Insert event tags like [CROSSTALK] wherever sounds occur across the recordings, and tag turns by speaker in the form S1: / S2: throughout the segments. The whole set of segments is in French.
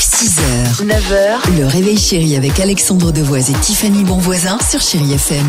S1: 6h, 9h, le réveil chéri avec Alexandre Devoise et Tiffany Bonvoisin sur Chéri FM.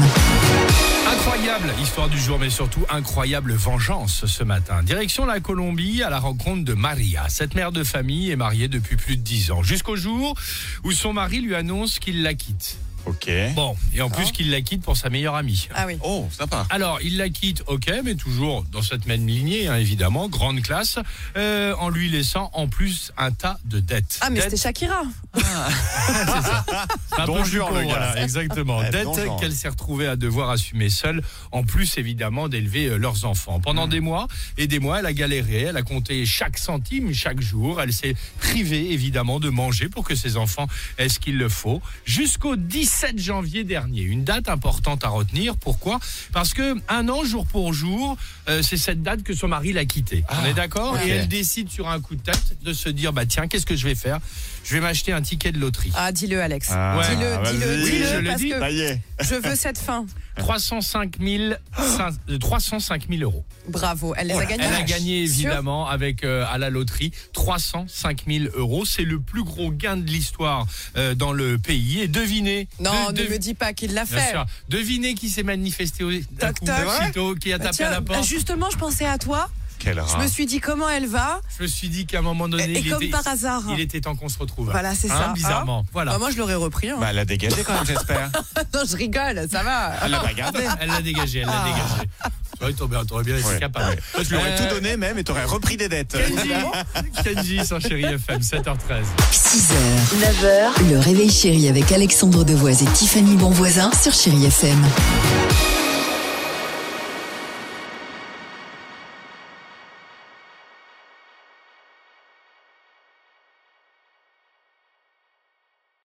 S2: Incroyable histoire du jour, mais surtout incroyable vengeance ce matin. Direction la Colombie à la rencontre de Maria. Cette mère de famille est mariée depuis plus de 10 ans, jusqu'au jour où son mari lui annonce qu'il la quitte.
S3: Ok.
S2: Bon, et en plus qu'il la quitte pour sa meilleure amie.
S4: Ah oui.
S3: Oh, sympa.
S2: Alors, il la quitte, ok, mais toujours dans cette même lignée, hein, évidemment, grande classe, euh, en lui laissant en plus un tas de dettes.
S4: Ah, mais
S2: Dettes
S4: c'était Shakira.
S2: [LAUGHS] Un peu
S3: Don
S2: plus
S3: Juan,
S2: pauvre,
S3: le gars.
S2: voilà, exactement.
S3: Ouais,
S2: Dette
S3: Don Juan.
S2: qu'elle s'est retrouvée à devoir assumer seule, en plus évidemment d'élever euh, leurs enfants. Pendant
S4: Mmh.
S2: des mois et des mois, elle a galéré, elle a compté chaque centime chaque jour, elle s'est privée évidemment de manger pour que ses enfants aient ce qu'il le faut, jusqu'au 17 janvier dernier. Une date importante à retenir, pourquoi Parce que un an, jour pour jour, euh, c'est cette date que son mari l'a quittée. On est d'accord
S4: Ah, ok.
S2: Et elle décide sur un coup de tête de se dire, bah tiens, qu'est-ce que je vais faire Je vais m'acheter un ticket de loterie.
S4: Ah, dis-le, Alex.
S3: Ah,
S4: dis-le,
S3: vas-y.
S4: dis-le,
S3: Oui,
S2: je
S4: dis-le,
S2: le
S4: parce
S2: dis. Bah.
S3: Ça
S4: que
S3: y est.
S4: je veux cette fin.
S2: 305 000, cin- euh, 305 000 euros.
S4: Bravo. Elle les a gagnés.
S2: Oh Elle a gagné
S4: Ah, Sûr
S2: évidemment avec euh, à la loterie 305 000 euros. C'est le plus gros gain de l'histoire euh, dans le pays. Et devinez.
S4: Non,
S2: de-
S4: ne
S2: de-
S4: me dis pas qu'il l'a
S2: Bien
S4: fait.
S2: sûr.
S4: Bah,
S2: Devinez qui s'est manifesté au- d'un
S4: Toc,
S2: coup,
S4: toc. C'est vrai
S2: aussitôt, qui a
S4: Bah,
S2: tapé
S4: tiens,
S2: à la porte. Ah.
S4: Justement, je pensais à toi.
S3: Quel
S4: Je
S3: rat.
S4: me suis dit comment elle va.
S2: Je me suis dit qu'à un moment donné,
S4: Et
S2: il,
S4: comme
S2: était,
S4: par hasard.
S2: il était temps qu'on se retrouve.
S4: Voilà, c'est
S2: Hein,
S4: ça.
S2: Bizarrement. voilà.
S4: Bah, moi, je l'aurais repris. hein.
S3: Bah, elle a dégagé quand même, j'espère.
S4: [LAUGHS] non, je rigole, ça va.
S3: Elle l'a pas gardé.
S2: Elle l'a dégagé, elle l'a
S4: Ah.
S2: dégagé. Ouais, t'aurais- t'aurais bien été
S3: Ouais,
S2: capable.
S3: Toi, tu lui aurais
S2: Euh,
S3: tout donné même et t'aurais repris des dettes.
S2: Kenji, Kenji sur Chéri FM, 7h13.
S1: 6h, 9h, le réveil chéri avec Alexandre Devoise et Tiffany Bonvoisin sur Chéri FM.